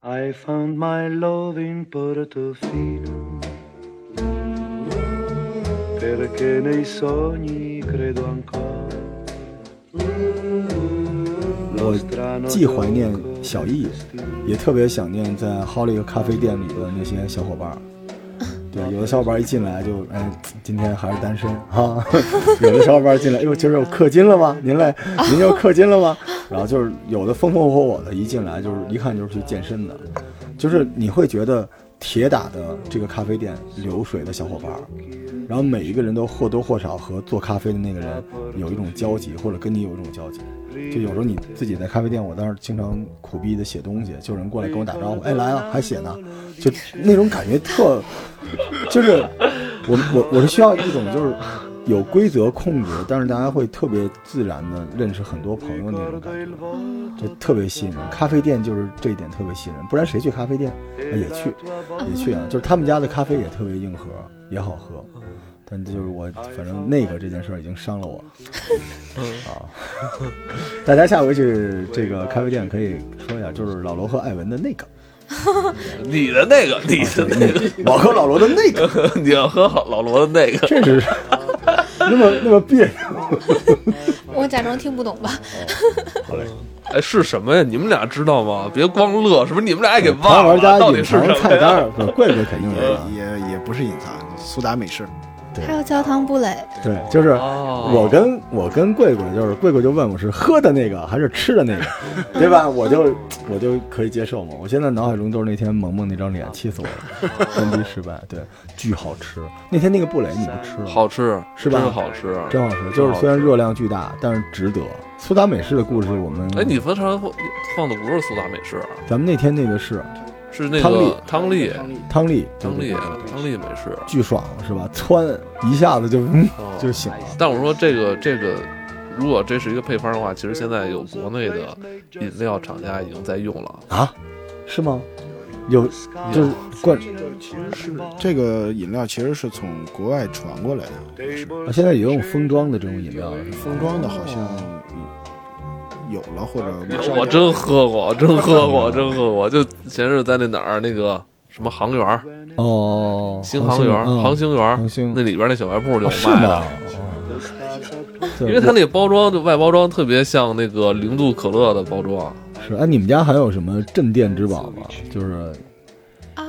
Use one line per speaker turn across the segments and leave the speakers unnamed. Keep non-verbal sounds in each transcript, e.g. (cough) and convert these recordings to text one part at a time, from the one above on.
I found my love in Portofino, perché nei sogni credo ancora. Lo
我
strano
既怀念
gioco
小
degli
艺，
stili.
也特别想念在 Holly 咖啡店里的那些小伙伴儿。对，有的小伙伴儿一进来就，哎，今天还是单身啊。有的小伙伴儿进来，哎呦，今儿又氪金了吗？您嘞，您又氪金了吗？ (laughs) 然后就是有的风风火火的，一进来就是一看就是去健身的，就是你会觉得铁打的这个咖啡店流水的小伙伴儿，然后每一个人都或多或少和做咖啡的那个人有一种交集，或者跟你有一种交集。就有时候你自己在咖啡店，我当时经常苦逼的写东西，就有人过来跟我打招呼，哎来了还写呢，就那种感觉特，就是我我我是需要一种就是有规则控制，但是大家会特别自然的认识很多朋友那种感
Ricordo
觉。
il volto
这特别吸引人。咖啡店就是这一点特别吸引人，不然谁去咖啡店？哎
e
也去，也去啊！就是他们家的咖啡也特别硬核，也好喝。但就是
嗯
我，反正那个这件事儿已经伤了我啊！ (laughs) 大家下回去这个咖啡店可以说一下，就是老罗和艾文的那个，
(laughs) 你的那个，你
啊
的那个，
我和老罗的那个，
(laughs) 你要喝好老罗的那个，
这
(laughs)
是那么那么别扭。
我假装听不懂吧。
好嘞，
哎，是什么呀？你们俩知道吗？别光乐，是不是你们俩也给
唐
忘
玩
了？
家
到底
隐
是
藏
什么
菜
呀？
单，不是贵贵肯定
(laughs)
有啊。
也也也不是隐藏，苏打美式。
还有焦糖布蕾，
对，就是
哦
我跟我跟贵贵，就是贵贵就问我是喝的那个还是吃的
(laughs)
那个，对吧？我就我就可以接受嘛。我现在脑海中都是那天萌萌那张脸，气死我了，
(laughs)
分逼失败，对，巨好吃。那天那个布蕾你不吃了吗，
好吃
是吧
真好吃。
真好吃，就是虽然热量巨大，但是值得。苏打美式的故事，我们
哎，你平常放的不是苏打美式啊，
咱们那天那个是
是那
汤力
个汤力，
汤力，对
汤
对
力
对，
汤力美式。
巨爽是吧？窜一下子就嗯
哦
就醒了。
但我说这个这个，如果这是一个配方的话，其实现在有国内的饮料厂家已经在用了。
啊，是吗？有就是灌，
这个饮料其实是从国外传过来的，
啊现在也用封装的这种饮料了，是吗？
封装的好像嗯有了或者马上
我真喝过，真喝过，真喝过。就前日在那哪儿那个什么航园、
哦，
新航园、航
星
星园、
航星
那里边那小卖部就有
是
卖
吗
的，？
哦 (laughs) 对
因为它那包装就外包装特别像那个零度可乐的包装。
是哎，你们家还有什么镇店之宝吗？就是
啊，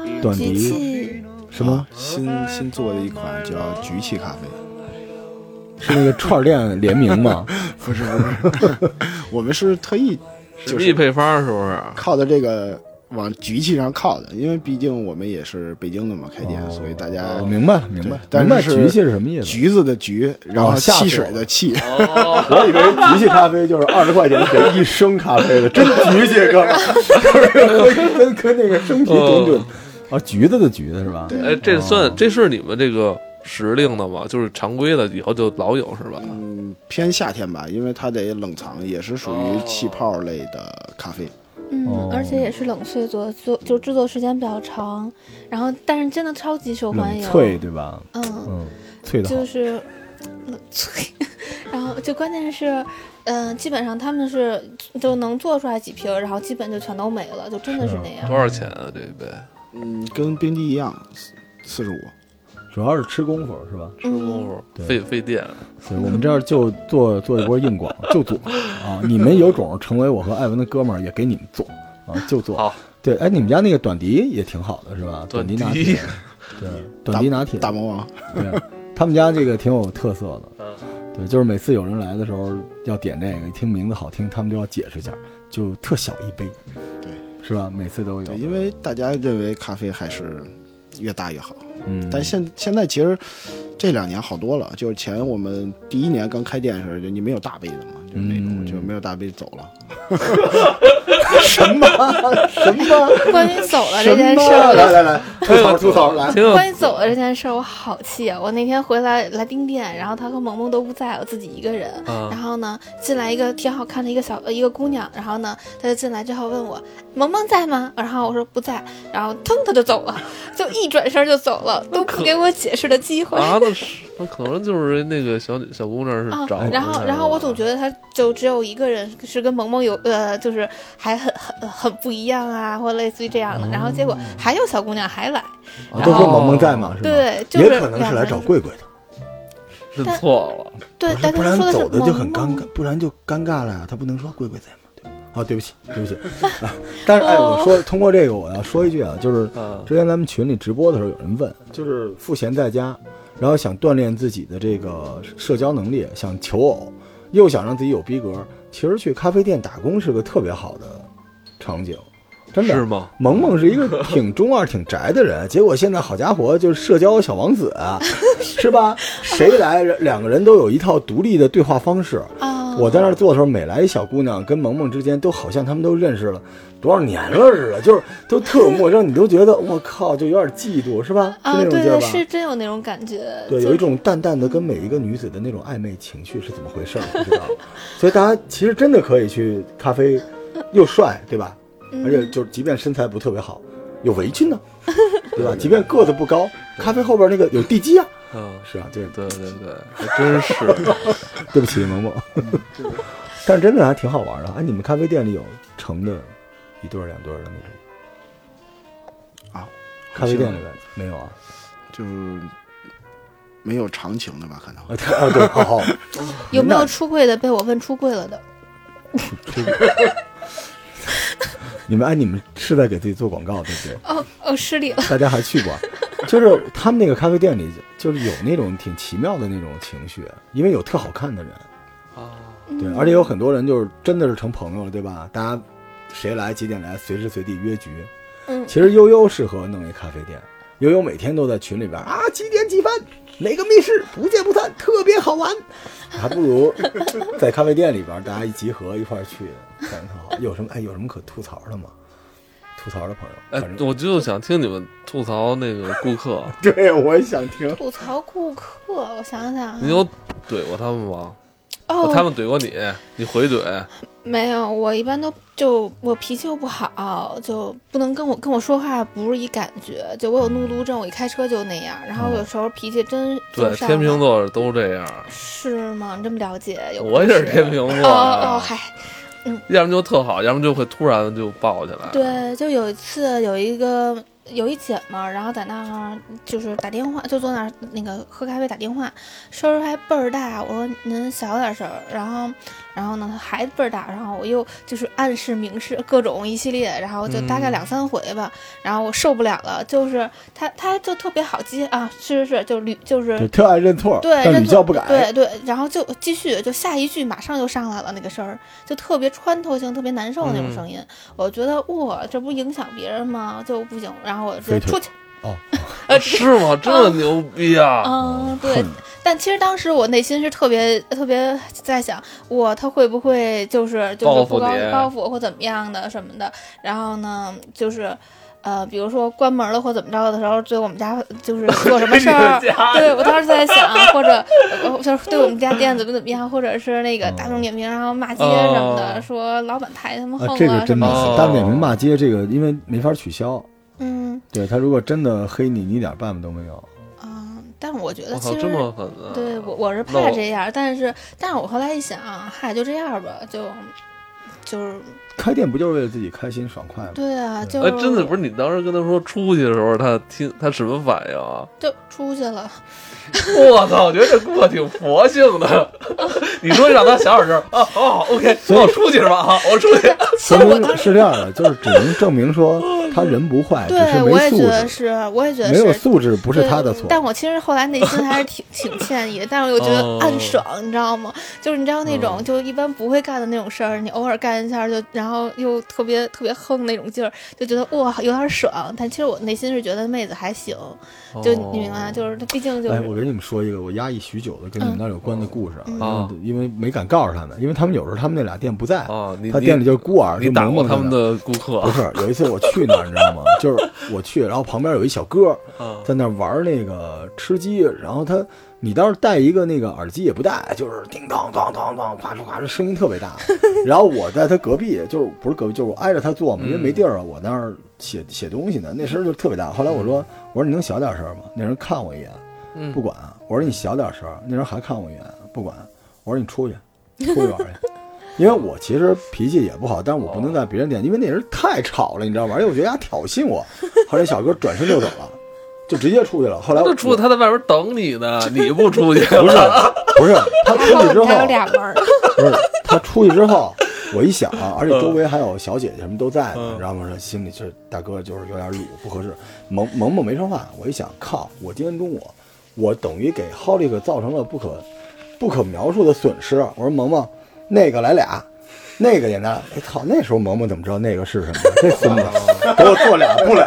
嗯短
机
笛
器
什么
啊新新做的一款叫菊气咖啡，
是那个串儿店联名 (laughs) 吗？
不是不是，我们是特意
神秘配方是不是？
靠的这个往局气上靠的，因为毕竟我们也是北京的嘛，开店，所以大家
我明白了，哦明白了，
但
明白
是
橘系是什么意思？
橘子的橘，然后
哦吓死
汽
我
水的汽，
哦，
我以为橘系咖啡就是二十块钱给一升咖啡的，真橘系哥，就是 (laughs) 跟跟那个生皮
哦
滚滚啊，橘子的橘子是吧？嗯对
哎，这
哦
算这是你们这个时令的吗？就是常规的，以后就老有是吧？
嗯，偏夏天吧，因为它得冷藏，也是属于气泡类的咖啡。
哦
嗯，而且也是冷萃做，做就制作时间比较长，然后但是真的超级受欢
冷
迎。
萃对吧？
嗯，
嗯，萃的好
就。是 (laughs) 冷萃，然后就关键是，嗯、基本上他们是就能做出来几瓶，然后基本就全都没了，就真的是那样。 (laughs)
多少钱啊？这一杯？
嗯，跟冰激一样，四十五。
主要是吃功夫是吧？
吃功夫
对
(laughs) 费费电，
啊
对，我们这儿就做做一波硬广，就做啊！你们有种成为我和艾文的哥们儿，也给你们做啊，就做。
好，
对，哎，你们家那个短笛也挺好的是吧？
短
笛
笛嗯
拿铁，
(laughs)
对，短笛拿铁，
大魔王，
对，他们家这个挺有特色
嗯
的。对，就是每次有人来的时候要点这个，一听名字好听，他们就要解释一下，就特小一杯，
对，
是吧？每次都有
对，，因为大家认为咖啡还是越大越好，
嗯，
但现现在其实这两年好多了。就是前我们第一年刚开店的时候，就你没有大杯的嘛，就是那种、
嗯
就没有大杯走了。
什 (laughs) 么什么
关于走了这
什
件事
么？来
儿。
来来，吐槽吐槽来。
挺有
关于走了这件事儿，我好气啊！我那天回来来订店，然后他和萌萌都不在，我自己一个人。
啊
然后呢，进来一个挺好看的一个小呃一个姑娘，然后呢，她就进来之后问我萌萌在吗？然后我说不在，
(laughs)
然后腾她就走了，就一转身就走了，都不给我解释的机会。
啊，那是那可能就是那个小女小姑娘是
啊
找、，
然后然后我总觉
得
得他就只有一个人是跟萌萌有呃，就是还很很很不一样啊，或类似于
哦
这样的。然后结果还有小姑娘还来，然
啊都
后
说萌萌在嘛，是吧？
对，就是
也可能是来找桂桂的，
认错了，
对，
不
但
是，
是
不
他
然
说的是
走的就很
萌
尴
萌
尬，不然就尴尬了呀。他不能说桂桂在吗？对吧？哦，对不起，对不 (laughs) 起。啊、但是哎，我说通过这个，我要说一句啊，就是
嗯
之前咱们群里直播的时候，有人问，就是赋闲在家，然后想锻炼自己的这个社交能力，想求偶，又想让自己有逼格，其实去咖啡店打工是个特别好的场景，真的
是吗？
萌萌是一个挺中二、挺宅的人，结果现在好家伙，就是社交小王子
(laughs)
啊，是吧？谁来，两个人都有一套独立的对话方式。
啊，
我在那儿坐的时候，每来一小姑娘跟萌萌之间，都好像他们都认识了多少年了似的，就是都特有陌生，你都觉得我靠，就有点嫉妒，是吧？就
啊，
那种劲
对对
儿吧。
是真有那种感觉，
对，
呃就
有一种淡淡的跟每一个女子的那种暧昧情绪是怎么回事儿，不知道。所以大家其实真的可以去咖啡，又帅，对吧？
嗯
而且就是即便身材不特别好，有围裙
(laughs)
呢，对吧？即便个子不高，咖啡后边那个有地基啊。
嗯，
(laughs) 是啊，对，
对对对，还真是。
对不起，萌萌。 (laughs) 但是真的还挺好玩的。哎，你们咖啡店里有成的一对儿两对儿的那种？
啊，
咖啡店里边没有啊？
(laughs)
(laughs)
就是没有长情的吧？可能
啊，对啊，对，哦，
(laughs) 有没有
那
出柜的被我问出柜了的？
你们哎，你们是在给自己做广告，对不对？
哦哦，失礼了，
大家还去过， (laughs) 就是他们那个咖啡店里，就是有那种挺奇妙的那种情绪，因为有特好看的人，对，而且有很多人就是真的是成朋友了，对吧？大家谁来几点来，随时随地约局。
嗯
其实悠悠适合弄一咖啡店，悠悠每天都在群里边啊几点几分哪个密室不见不散，特别好玩，还不如在咖啡店里边大家一集合一块儿去，感觉特好。有什么哎有什么可吐槽的吗？吐槽的朋友，
哎
反正，
我就想听你们吐槽那个顾客，啊
对，我也想听。
吐槽顾客，我想想啊，
你有怼过他们吗？
哦，
他们怼过你，你回怼，
没有，我一般都就我脾气又不好，就不能跟我跟我说话不是一感觉，就我有怒路症，我一开车就那样，然后有时候脾气真
哦对，
就上来
天秤座都这样。
是吗？你这么了解？有
我也是天秤座啊
哦
呀、
哦，嗨，
要么就特好，要么就会突然就爆起来。，啊
对，就有一次有一个有一姐们儿，然后在那儿就是打电话，就坐那儿那个喝咖啡打电话，声儿还倍儿大。我说您小点声儿，然后然后呢还倍儿大，然后我又就是暗示、明示各种一系列，然后就大概两三回吧，然后我受不了了，就是他他就特别好接啊，是是是，就屡就
(laughs)
是
就特爱认错，
对，
但
认
屡
错
教不改。
对对，然后就继续，就下一句马上就上来了，那个声儿就特别穿透性，特别难受的那种
嗯
声音。我觉得哇，这不影响别人吗？就不行，然后我就
飞腿
出去。
哦，
呃
是吗？这么牛逼啊！
嗯，
(laughs)
对
恨。
但其实当时我内心是特别特别在想，哇，他会不会就是就是
报
不
复
高
你
报复我或怎么样的什么的？然后呢，就是。呃，比如说关门了或怎么着的时候，对我们家就是做什么事
(laughs)
儿
你们，家
对我当时在想，或者呃就是对我们家店怎么怎么样，或者是那个大众点评，然后骂街什么的，
哦
说老板太他妈横
啊，
了
这
什么
个
的，
真的
哦
是，大众点评骂街这个，因为没法取消。
嗯
对他如果真的黑你，你一点办法都没有。
啊、但我觉得
我
呃其
操，
实
这么狠啊！
对我我是
那
怕
我
这样，但是但是我后来一想，啊嗨，就这样吧，就就是
开店不就是为了自己开心爽快吗？
对啊，就
哎，真的不是你当时跟他说出去的时候，他听他什么反应啊？
就出去了，
我操，我觉得这顾客挺佛性的。
哦
(laughs) 你说让他小点声啊？哦，OK，那我出去是吧？啊，我出去。
其
说
实我
明
当时
是这样的，就是只能证明说他人不坏，哎只
对
是
我也
没素
觉得
质。
是，我也觉得
没有
是。
素质不是
对
他的错，
但我其实后来内心还
(laughs)
是挺挺歉意，但是我觉得
哦
暗爽，你知道吗？就是你知道那
嗯
种就一般不会干的那种事儿，你偶尔干一下就，然后又特别特别横那种劲儿，就觉得哇有点爽。但其实我内心是觉得妹子还行，就你你明白吗，就是她毕竟就
哦
嗯
哎，
是
我给你们说一个我压抑许久的跟你们那儿有关的故事啊，因
啊
为
嗯
因为没敢告诉他们，因为他们有时候他们那俩店不在，
哦，你
他
你
店里就是孤儿，
你
就
打
萌
过
萌
他
在
们
那儿
的顾客啊
不？是，有一次我去那儿，你知
(laughs)
道吗？就是我去，然后旁边有一小哥
嗯
在那儿玩那个吃鸡，然后他你当时戴一个那个耳机也不戴，就是叮当当当当，啪唰啪唰，声音特别
(laughs)
大。然后我在他隔壁，就是不是隔壁，就是我挨着他坐嘛，因为没地儿
嗯
啊，我那儿写写东西呢，那声儿就特别大。后来我说我说你能小点声吗？那人看我一眼，
嗯
不管。啊我说你小点声儿，那人还看我一眼，不管。我说你出去，出去玩去。因为我其实脾气也不好，但是我不能在别人店，因为那人太吵了，你知道吗？而且我觉得他挑衅我。后来小哥转身就走了，就直接出去了。后来
他
哦我
就出去，他在外边等你呢，你不出去，
不是不是他
然后
出去之后
我们哦还有俩
(laughs)
门儿，
不是他出去之后，我一想啊，而且周围还有小姐姐什么都在呢
嗯，
然后我说心里就是大哥就是有点辱不合适，萌萌萌没剩饭，我一想靠，我今天中午我等于给 Holly 给造成了不可不可描述的损失，啊我说萌萌那个来俩。那个也拿，哎操！那时候萌萌怎么知道那个是什么？这孙子给我做俩布垒，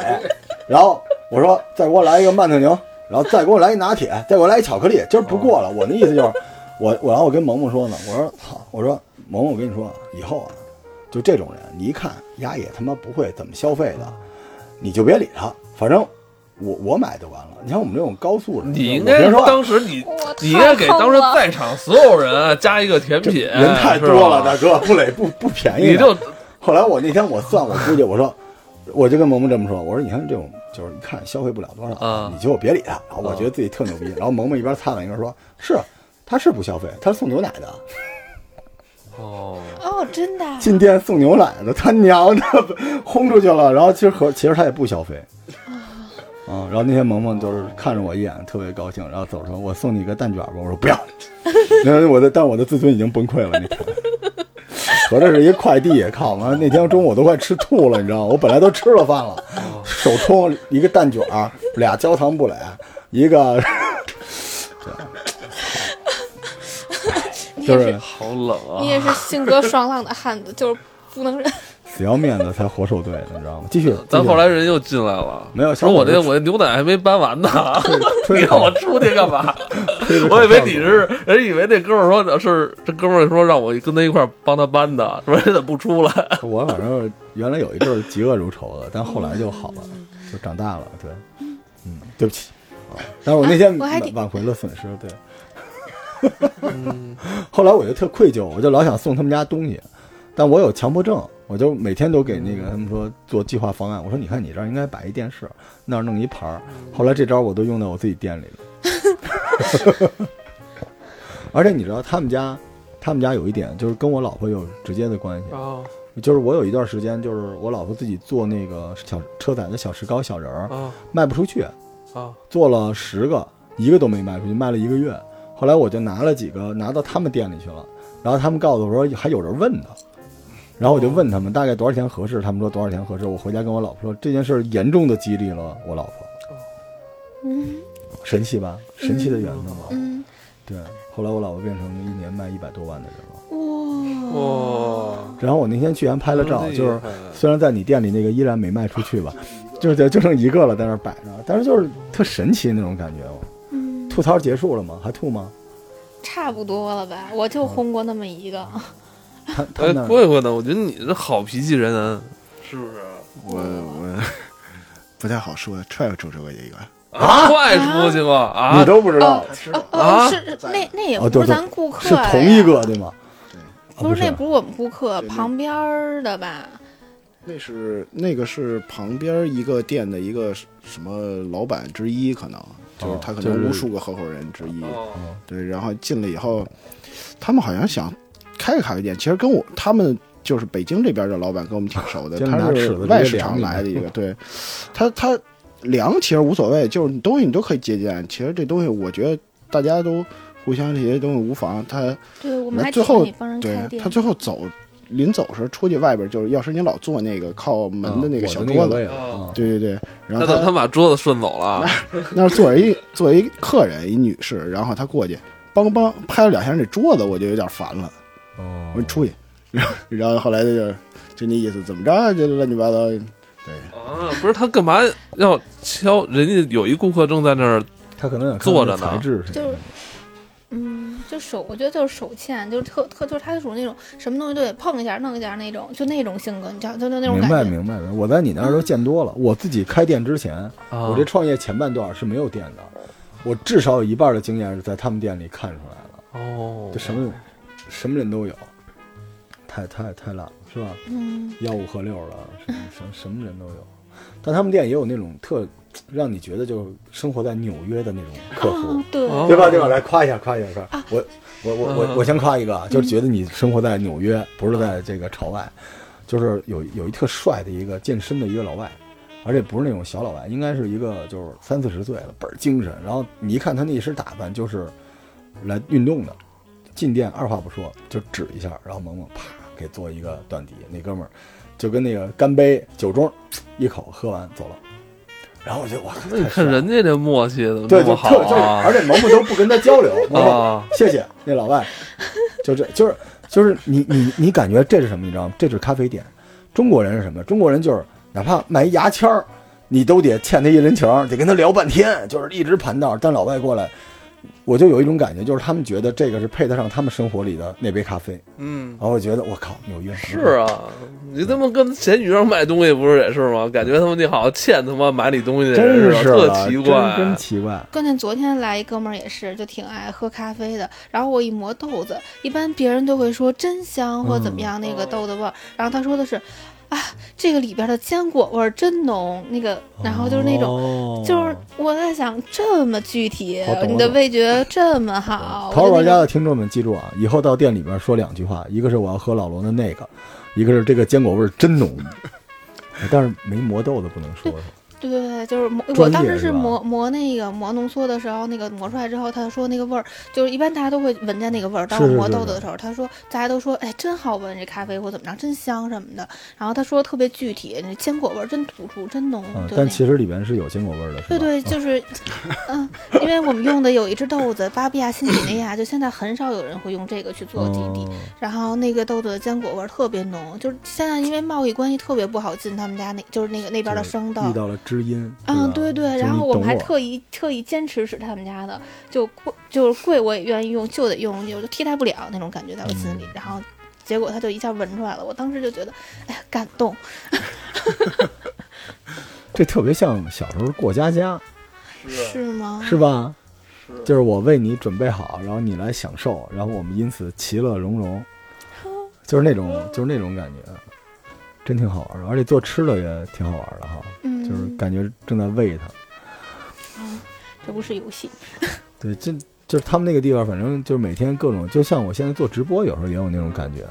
然后我说再给我来一个曼特宁，然后再给我来一拿铁，再给我来一巧克力，今儿不过了。我那意思就是，我我然后我跟萌萌说呢，我说操，我说萌萌，我跟你说啊，以后啊，就这种人，你一看丫也他妈不会怎么消费的，你就别理他，反正我我买就完了。你像我们这种高素质，
你应
我
该
别说啊
当时你
我
你应该给当时
太坑了
在场所有人啊加一个甜
这
品，
人太
啊是
多了，
吧
大哥，不累不不便宜的。
你就
后来我那天我算我估计我说，我就跟萌萌这么说，我说你看这种就是一看消费不了多少，
啊
你就别理他。然后我
啊
觉得自己特牛逼，然后萌萌一边擦碗一边说，是啊他是不消费，他是送牛奶的，
哦，
哦，真的啊，
进店送牛奶的，他娘的轰出去了。然后其实和其实他也不消费。啊、然后那天萌萌就是看着我一眼，特别高兴，然后走说：“我送你一个蛋卷吧。”我说：“不要。”然后我的，但我的自尊已经崩溃了。那天，合着是一快递，靠妈！那天中午我都快吃吐了，你知道吗？我本来都吃了饭了，手冲一个蛋卷儿，俩焦糖布蕾，一个，
你
就
也
(laughs)
是
是
好冷啊
你！也是性格爽朗的汉子，就是
(laughs)
不能忍。
死要面子才活受罪，你知道吗？继续，
咱
继续
后来人又进来了，
没有小
说
伙
我
子
这我这牛奶还没
(laughs)
搬完呢，
推
你
着
让我
口
出去干嘛？
推着口
我以为
哨
你
子
是人，以为那哥们儿说是这哥们儿说让我跟他一块儿帮他搬的，说人怎么不出来？
(laughs) 我反正原来有一阵儿嫉恶如仇的，但后来就好
嗯
了，就长大了。对，嗯，对不起，啊但是我那天
啊我还挺
挽回了损失。对， (laughs) 后来我就特愧疚，我就老想送他们家东西，但我有强迫症，我就每天都给那个他们说做计划方案。我说你看你这儿应该摆一电视，那儿弄一盘儿。后来这招我都用到我自己店里了。而且你知道他们家，他们家有一点就是跟我老婆有直接的关系。
哦
就是我有一段时间，就是我老婆自己做那个小车载的小石膏小人儿，
哦
卖不出去，
哦
做了十个，一个都没卖出去，卖了一个月。后来我就拿了几个，拿到他们店里去了，然后他们告诉我说还有人问呢，然后我就问他们大概多少钱合适，他们说多少钱合适。我回家跟我老婆说这件事儿严重的激励了我老婆，
嗯
神奇吧？神奇的缘分吧？
嗯，
对。后来我老婆变成一年卖一百多万的人了。
哇，
哦，
然后我那天去还拍了照，就是
哎
虽然在你店里那个依然没卖出去吧，
嗯
就是就就剩一个了，在那儿摆着，但是就是特神奇那种感觉。哦
嗯，
吐槽结束了吗？还吐吗？
差不多了吧？我就轰过那么一个，
呃
他他们那儿
哎贵贵呢？我觉得你是好脾气人，啊是不是？
我我 (laughs) 不太好说，踹我周周也一个，
啊，快出去吧！啊
你，都不知道
他知
哦
道
啊
哦，是那那也
哦
不
对
是
对
咱顾客，
是同一，个对吗？啊
不
不
是那不是我们顾客，旁边儿的吧？
那是那个是旁边一个店的一个什么老板之一，可能就是他可
哦就
能
是
无数个合伙人之一。
哦
对，然后进来以后，他们好像想开个咖啡店，其实跟我他们就是北京这边的老板跟我们挺
(laughs)
熟的，
就是拿
他
尺
是
子直接
外市
量
场
你
来的一个，对，他他量其实无所谓，就是东西你都可以借鉴。其实这东西我觉得大家都互相这些东西无妨，他
对，我们
那
还
最
请
后
你帮人
对啊
开店
他。最后走临走时候出去外边就是，要是你老坐那个靠门的那个
啊
小
我的
桌
那个
子，
位置
哦
啊
对对对，
他
然后
怎么他
他
把桌子顺走了？
那儿坐着一坐着一客人一女士，然后他过去梆梆拍了两下那桌子，我就有点烦了。
哦
我说出去，然后然后后来他就就那意思，怎么着啊就乱七八糟。
啊，不是他干嘛要敲？人家有一顾客正在那儿，
他可能想看
坐着呢
材质是什
就
么
是，嗯，就手，我觉得就是手欠，就是特特，就是他是属于那种什么东西都得碰一下、弄一下那种，就那种性格，你知道，就就那种
明
感
白
觉。嗯
明白明白。我在你那儿都见多了。我自己开店之前，我
我
这创业前半段是没有店的，我至少有一半的经验是在他们店里看出来了。
哦
这什么什么人都有，太太太烂了，是吧？
嗯，
吆五喝六了，什么什么什么人都有。但他们店也有那种特让你觉得就生活在纽约的那种客户，
啊，对，
哦
对吧？对吧？来夸一下，夸一下，夸一下
啊
我。我我我我先夸一个啊，就是觉得你生活在纽约，不是在这个朝外，就是有有一特帅的一个健身的一个老外，而且不是那种小老外，应该是一个就是三四十岁了，倍儿精神。然后你一看他那一身打扮，就是来运动的，进店二话不说就指一下，然后萌萌啪给做一个断底，那哥们儿就跟那个干杯酒盅一口喝完走了，然后我就哇，
那哦你
太帅
看
了
人家这默契怎么
对，
那
就特
么好
就是，
啊
而？且萌萌都不跟他交
(laughs)
流，萌萌
啊，
谢谢那老外，就这就是就是你你你感觉这是什么？你知道吗？这就是咖啡店。中国人是什么？中国人就是哪怕卖一牙签儿，你都得欠他一人情儿，得跟他聊半天，就是一直盘道。但老外过来，我就有一种感觉，就是他们觉得这个是配得上他们生活里的那杯咖啡。
嗯，
然后我觉得我靠，纽约
是啊，你他妈跟闲鱼上卖东西不是也是吗？感觉他妈你好像欠他妈买你东西的人
真
似
是
的，特
啊
奇
真
怪。
真奇怪。
关键昨天来一哥们儿也是，就挺爱喝咖啡的。然后我一磨豆子，一般别人都会说真香或怎
嗯
么样那个豆子味儿，然后他说的是，啊，这个里边的坚果味儿真浓，那个然后就是那种。
哦
种
就是我在想，这么具体
哦我懂，
你
我
的
懂
味觉这么好，
淘宝
啊我就那
家
种
的听众们记住啊，以后到店里边说两句话，一个是我要喝老罗的那个，一个是这个坚果味儿真浓。哎但是没磨豆的不
(laughs)
能说，啊
对对对，就是磨。我
专
当
业
时
是
是
吧
磨磨那个磨浓缩的时候，那个磨出来之后，他说那个味儿，就是一般大家都会闻见那个味儿。当
是
我
是
磨
是
豆
是
子的时候，他说大家都说，哎，真好闻这咖啡或怎么着，真香什么的。然后他说的特别具体，那坚果味儿真突出，真浓。
嗯，
对
但
那
其实里边是有坚果味儿的，是吧？
对对，就是，嗯，因为我们用的有一只豆子，巴布亚新几内亚，就现在很少有人会用这个去做
哦
基底。然后那个豆子的坚果味儿特别浓，就是现在因为贸易关系特别不好进他们家那，就是那个那边的
就是
生豆，
嗯遇到了知音，
嗯，
吧
对对，
就是
然
你
后我们
懂
还特意特意坚持使他们家的，就贵就是贵我也愿意用，就得用，就替代不了那种感觉在我心
嗯
里。然后结果他就一下闻出来了，我当时就觉得，哎呀，感动。
这特别像小时候过家家，
是吗？
是吧？就是我为你准备好，然后你来享受，然后我们因此其乐融
啊
融，就是那种就是那种感觉，真挺好玩的，而且做吃的也挺好玩的哈，
嗯，
就是感觉正在喂它。
这不是游戏。
对，这就是他们那个地方，反正就是每天各种，就像我现在做直播，有时候也有那种感觉，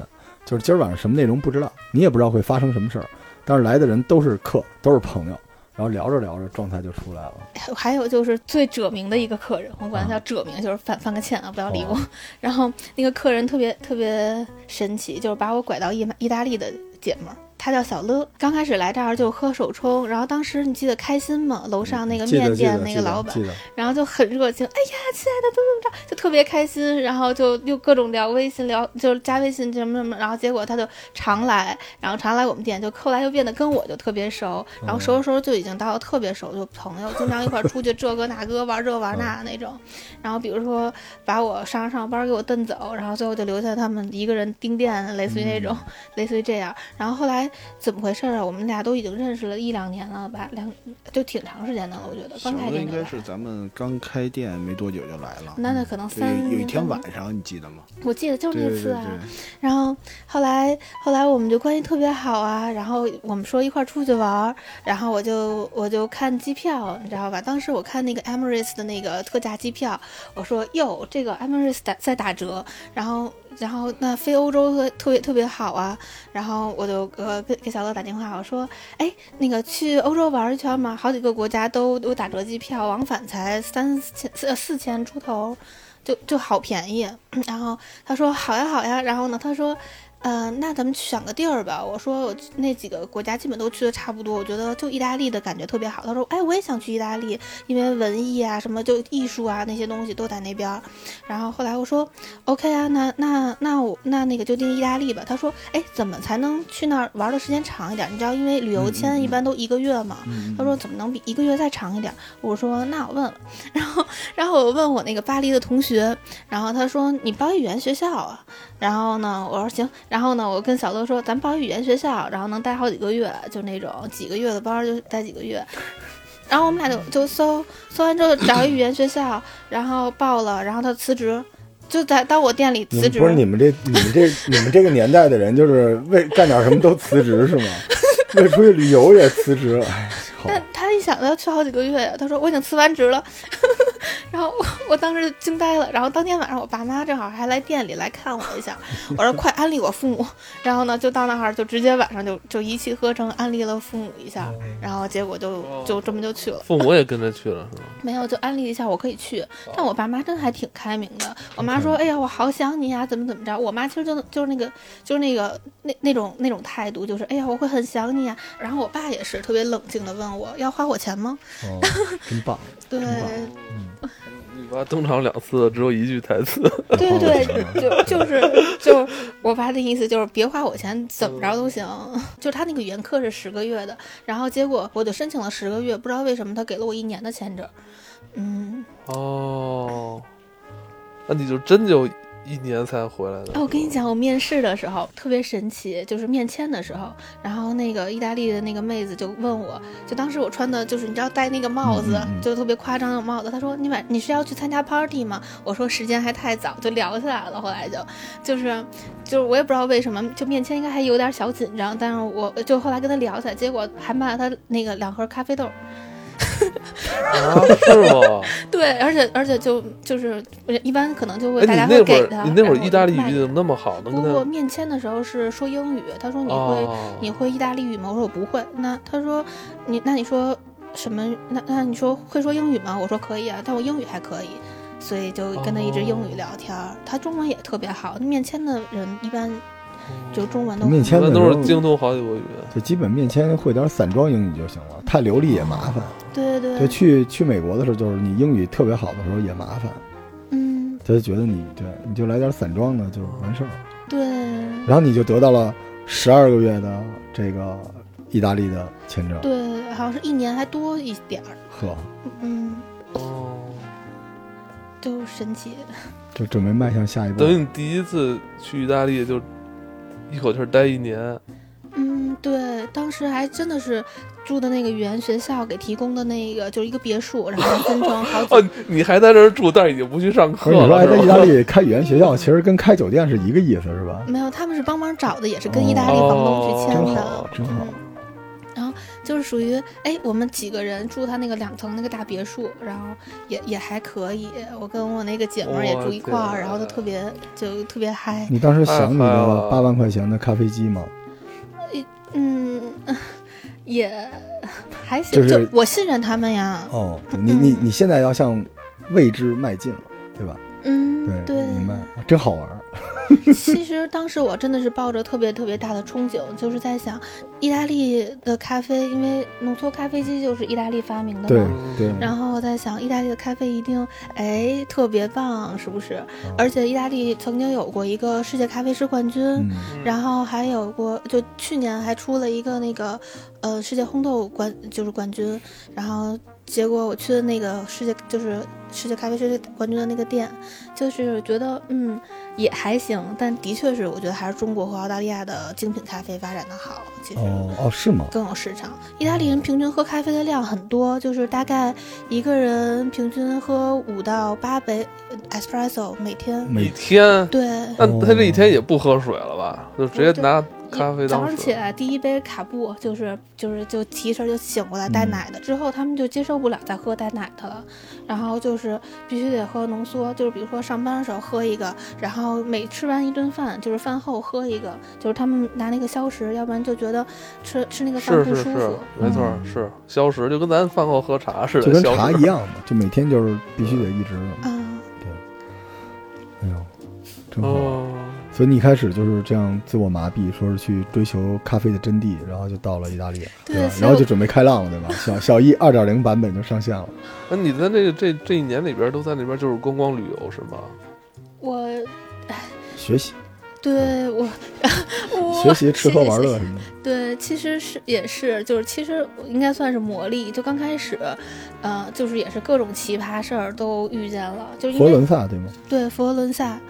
就是今儿晚上什么内容不知道，你也不知道会发生什么事儿，但是来的人都是客，都是朋友，然后聊着聊着状态就出来了。
还有就是最者名的一个客人，我管他
啊
叫者名，就是犯犯个欠啊，不要理我
哦。
(laughs) 然后那个客人特别特别神奇，就是把我拐到意意大利的姐们儿。她叫小乐，刚开始来这儿就喝手冲，然后当时你记得开心吗？楼上那个
嗯记得
面
记得
店那
记
个
得
老板
记，得
然后就很热情，哎呀，亲爱的，怎么怎么着，就特别开心，然后就又各种聊微信，聊就是加微信什么什么，然后结果他就常来，然后常来我们店，就后来又变得跟我就特别熟，
嗯
然后熟着熟着就已经到了特别熟，就朋友，经常一块儿出去这个那个玩这玩那
(laughs)
那种，然后比如说把我上上班给我蹬走，然后最后就留下他们一个人盯店，类似于那种，
嗯
(laughs) 类似于这样，然后后来怎么回事儿啊？我们俩都已经认识了一两年了吧，两就挺长时间的了，我觉得
小
刚开
的
店
应
就来
该。是咱们刚开店没多久就来了。
那那可能三
对，有一天
三
晚上你记得吗？
我记得就是
对
那
对
次
对
啊。，然后后来后来我们就关系特别好啊，然后我们说一块儿出去玩儿，然后我就我就看机票，你知道吧？当时我看那个 Emirates 的那个特价机票，我说哟，这个 Emirates 打在打折，然后然后那飞欧洲特特别特别好啊，然后我就呃给给小乐打电话，我说哎那个去欧洲玩一圈嘛，好几个国家都有打折机票，往返才三千四四千出头。就就好便宜， (clears throat) 然后他说好呀好呀，然后呢，他说，嗯、那咱们选个地儿吧。我说我那几个国家基本都去的差不多，我觉得就意大利的感觉特别好。他说，哎，我也想去意大利，因为文艺啊什么就艺术啊那些东西都在那边儿。然后后来我说，OK 啊，那那那我那那个就定意大利吧。他说，哎，怎么才能去那儿玩的时间长一点？你知道，因为旅游签一般都一个月嘛。他说怎么能比一个月再长一点？我说那我问 (laughs) 问，然后然后我问我那个巴黎的同学，然后他说你报语言学校啊？然后呢，我说行，然后呢，我跟小乐说咱报语言学校，然后能待好几个月，就那种几个月的班儿就待几个月。然后我们俩就就搜搜完之后找一语言学校，然后报了，然后他辞职，就在到我店里
你
辞
们
职。
不是你们这你们
(laughs)
这你们这个年代的人，就是为干点什么都辞职是吗？为出去旅游也辞职，哎，靠，
但他一想到要去好几个月呀，他说我已经辞完职了， (laughs) 然后我我当时就惊呆了。然后当天晚上我爸妈正好还来店里来看我一下，我说快安利我父母。然后呢，就到那儿就直接晚上就就一气呵成安利了父母一下，然后结果就就这么就去了。
父母也跟着去了，是吗？
没有就安利一下我可以去，
哦
但我爸妈真的还挺开明的。我妈说：“哎呀，我好想你呀，怎么怎么着。”我妈其实就就是那个就是那个那那种那种态度，就是哎呀，我会很想你呀。然后我爸也是特别冷静的问我要花我钱吗？ (laughs)
哦，真棒，
对
你爸登场两次，只有一句台词，
对对
花我，
就就是就是我爸的意思就是别花我钱，怎么着都
(laughs)
行。就他那个原课是十个月的，然后结果我就申请了十个月，不知道为什么他给了我一年的签证。嗯，
哦，那你就真就一年才回来的。
啊，我跟你讲，我面试的时候特别神奇，就是面签的时候，然后那个意大利的那个妹子就问我，就当时我穿的就是你知道戴那个帽子，
嗯嗯嗯
就特别夸张的帽子，她说你晚你是要去参加 party 吗？我说时间还太早，就聊起来了。后来就就是就是我也不知道为什么，就面签应该还有点小紧张，但是我就后来跟她聊起来，结果还卖了她那个两盒咖啡豆。
啊，是吗？
(laughs) 对，而且而且就就是呃一般可能就
哎，
会
你
大家
那
会
会
给
儿
她。
你那会儿
然后
意大利
卖
语
给
怎么那么好？能
不
跟
过
他
面签的时候是说英语，他说你会、
哦，
你会意大利语吗？我说我不会。那他说你那你说什么？那那你说会说英语吗？我说可以啊，但我英语还可以，所以就跟他一直
哦
英语聊天儿。他中文也特别好，面签的人一般
嗯
就中文都
面
一
签的
般
时
都
候
是精通好几国语言。
就基本面签会点散装英语就行了，太流利也麻烦。
对对
就去去美国的时候，就是你英语特别好的时候也麻烦，
嗯
他就觉得你对你就来点散装的就完事儿了，
对
然后你就得到了十二个月的这个意大利的签证，
对，好像是一年还多一点儿，
呵，
嗯，
哦，
就神奇。
就准备迈向下一步
等。于你第一次去意大利就一口气儿待一年，
嗯，对，当时还真的是住的那个语言学校给提供的那个，就是一个别墅，然后分成好几
哦，你还在这儿住，但是已经不去上
可
课
是你说
了，
哎，在
是
意大
吧？
利开语言学校，其实跟开酒店是一个意思，是吧？
没有，他们是帮忙找的，也是
哦
跟意大利房东去签
真
的，
好，真好
嗯。然后就是属于哎，我们几个人住他那个两层那个大别墅，然后也也还可以。我跟我那个姐们儿也住一块
我
儿，
天
然后就特别就特别嗨。
你当时想你
太嗨
的
了
八万块钱的咖啡机吗？
嗯， (laughs) 也还行，
就是
就我信任他们呀。
哦，对你
嗯
你你现在要向未知迈进了，对吧？
嗯，对，
明白，真好玩儿。
(laughs) 其实当时我真的是抱着特别特别大的憧憬，就是在想，意大利的咖啡，因为浓缩咖啡机就是意大利发明的嘛。
对
嗯
对，
然后我在想，意大利的咖啡一定哎特别棒，是不是？
哦
而且意大利曾经有过一个世界咖啡师冠军，
嗯，
然后还有过就去年还出了一个那个呃世界烘豆冠就是冠军，然后结果我去的那个世界就是世界咖啡世界冠军的那个店，就是觉得嗯也还行，但的确是我觉得还是中国和澳大利亚的精品咖啡发展的好，其实。
哦哦，是吗？
更有市场。意大利人平均喝咖啡的量很多，就是大概一个人平均喝五到八杯呃 espresso 每天。
一
每
天，
对，
那他这一天也不喝水了吧？就直接拿咖啡
早
当
上起
水。
来第一杯卡布就是就是就提神就醒过来
嗯
带奶的，之后他们就接受不了再喝带奶的了，然后就是必须得喝浓缩，就是比如说上班的时候喝一个，然后每吃完一顿饭就是饭后喝一个，就是他们拿那个消食，要不然就觉得吃吃那个饭
是
不
是
舒服。
是，没错儿，是消食，就跟咱饭后喝茶似
嗯就
的，
跟
消
茶
食
一。样嘛，就每天就是必须得一直的。
啊，
哎呦，真好。
哦，
所以你一开始就是这样自我麻痹，说是去追求咖啡的真谛，然后就到了意大利，
对
吧？
所以
然后
我
就准备开浪了，对吧？小小一二点零版本就上线了。
那你在这个这这一年里边都在那边就是观光旅游是吗？
我
学习，
对我
嗯
(laughs) 我
学习，吃喝
谢谢
玩
谢谢
乐什么的，
对，其实是也是，就是其实我应该算是磨砺。就刚开始，呃，就是也是各种奇葩事儿都遇见了，就是因
佛罗
为
伦萨对吗？
对佛罗伦萨。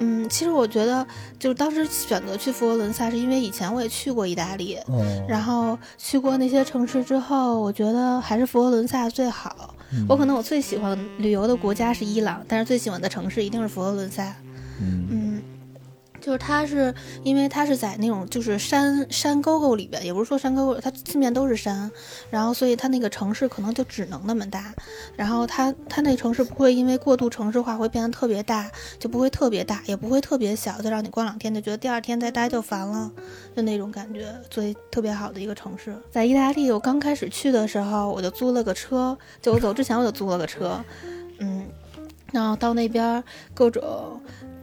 嗯，其实我觉得，就是当时选择去佛罗伦萨，是因为以前我也去过意大利，
哦，
然后去过那些城市之后，我觉得还是佛罗伦萨最好。
嗯
我可能我最喜欢旅游的国家是伊朗，但是最喜欢的城市一定是佛罗伦萨。
嗯
嗯，就是它是因为它是在那种就是山山沟沟里边，也不是说山沟沟，它四面都是山，然后所以它那个城市可能就只能那么大，然后它它那城市不会因为过度城市化会变得特别大，就不会特别大，也不会特别小，就让你逛两天就觉得第二天再待就烦了，就那种感觉，所以特别好的一个城市。在意大利，我刚开始去的时候，我就租了个车，就我走之前我就租了个车，嗯，然后到那边儿各种，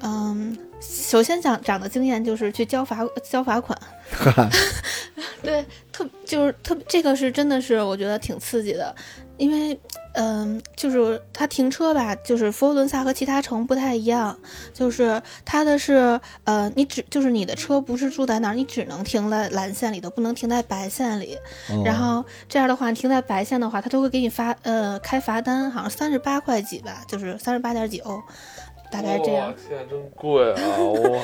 嗯，首先想长的经验就是去交罚交罚款，对，特就是特这个是真的是我觉得挺刺激的，因为嗯，就是它停车吧，就是佛罗伦萨和其他城不太一样，就是它的是呃，你只就是你的车不是住在那儿，你只能停在蓝线里头，不能停在白线里。
哦
(laughs) 然后这样的话，你停在白线的话，他都会给你发呃开罚单，好像三十八块几吧，就是三十八点几欧，大概是这样
哇。，现在真贵啊！哇，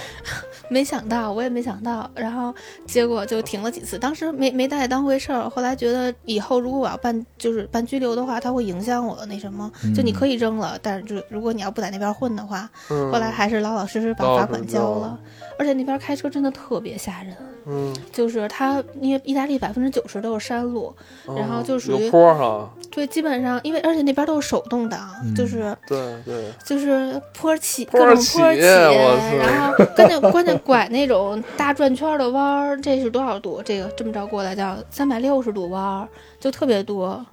没想到，我也没想到，然后结果就停了几次，当时没没太当回事儿。后来觉得以后如果我要办就是办拘留的话，它会影响我的那什么，
嗯
就你可以扔了，但是就如果你要不在那边混的话，
(laughs) 嗯
后来还是老老实实把
老
罚
实
款
交
交
了
了。而且那边开车真的特别吓人，
嗯，
就是它因为意大利百分之九十都是山路，然后就属于
嗯有坡哈，
对，基本上因为而且那边都是手动挡，就是
对对，
就是坡起，
坡
各种
起
坡起，
我操
然后跟那关键拐那种大转圈的弯儿，这是多少度？这个这么着过来叫三百六十度弯儿，就特别多。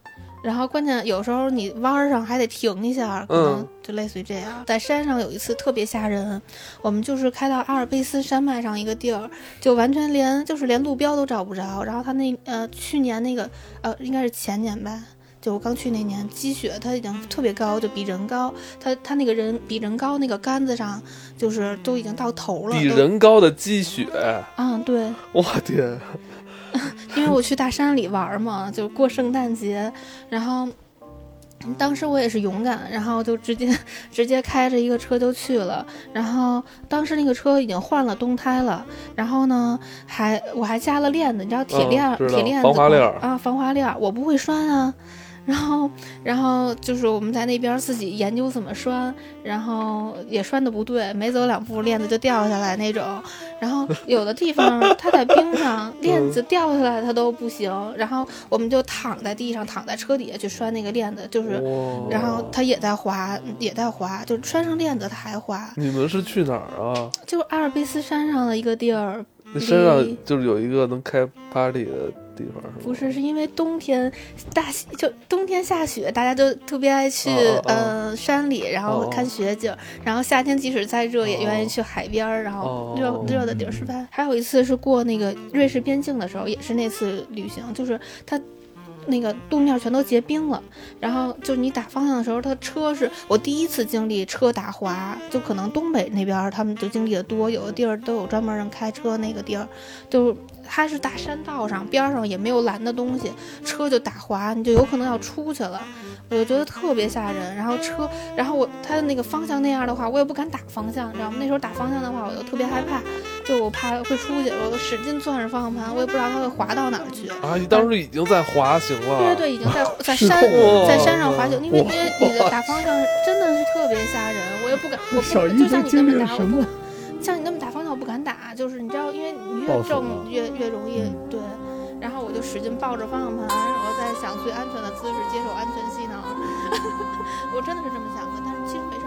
然后关键有时候你弯儿上还得停一
嗯
下，可能就类似于这样。在山上有一次特别吓人，我们就是开到阿尔卑斯山脉上一个地儿，就完全连就是连路标都找不着。然后他那呃去年那个呃应该是前年吧，就我刚去那年，积雪它已经特别高，就比人高。它它那个人比人高，那个杆子上就是都已经到头了。
比
都
人高的积雪，
嗯，对，
我天，
因为我去大山里玩儿嘛，就过圣诞节，然后当时我也是勇敢，然后就直接直接开着一个车就去了。然后当时那个车已经换了冬胎了，然后呢还我还加了链子，你知道铁
嗯
链儿、
知道
铁链子
防滑链儿
啊，防滑链儿，我不会拴啊。 (laughs) 然后，然后就是我们在那边自己研究怎么拴，然后也拴的不对，没走两
嗯
步链子就掉下来那种。然后有的地方它在冰上，链子掉下来它都不行。然后我们就躺在地上，躺在车底下去拴那个链子，就是，
哇
然后它也在滑，也在滑，就拴上链子它还滑，
你们是去哪儿啊？
就是阿尔卑斯山上的一个地儿。
那山上
离
就是有一个能开 party 的地方是吗？
不是，是因为冬天大雪就冬天下雪，大家都特别爱去
哦哦哦
呃山里，然后看雪景。然后夏天即使再热，也愿意去海边儿，然后热、
哦
热的地儿是吧？还有一次是过那个瑞士边境的时候，也是那次旅行，就是它。那个路面全都结冰了，然后就是你打方向的时候，它车是我第一次经历车打滑，就可能东北那边儿他们就经历的多，有的地儿都有专门人开车那个地儿，就它是大山道上，边儿上也没有拦的东西，车就打滑，你就有可能要出去了，我就觉得特别吓人。然后车，然后我它的那个方向那样的话，我也不敢打方向，你知道吗？那时候打方向的话，我就特别害怕，就我怕会出去，我使劲攥着方向盘，我也不知道它会滑到哪儿去。
啊，你当时已经在滑行了，
对对对，已经在在山
哦
控
在山上滑行，因为因
哇
为你的打方向真的是特别吓人，我也不敢，我不
小姨
就像
都
你
经
那
历
么
了
打，我
什么
不像你那么打方向我不敢打，就是你知道，因为你
报
越
复了
正越越容易
嗯
对，然后我就使劲抱着方向盘，然 (laughs) 后在想最安全的姿势接受安全气囊，我真的是这么想的，但是其实没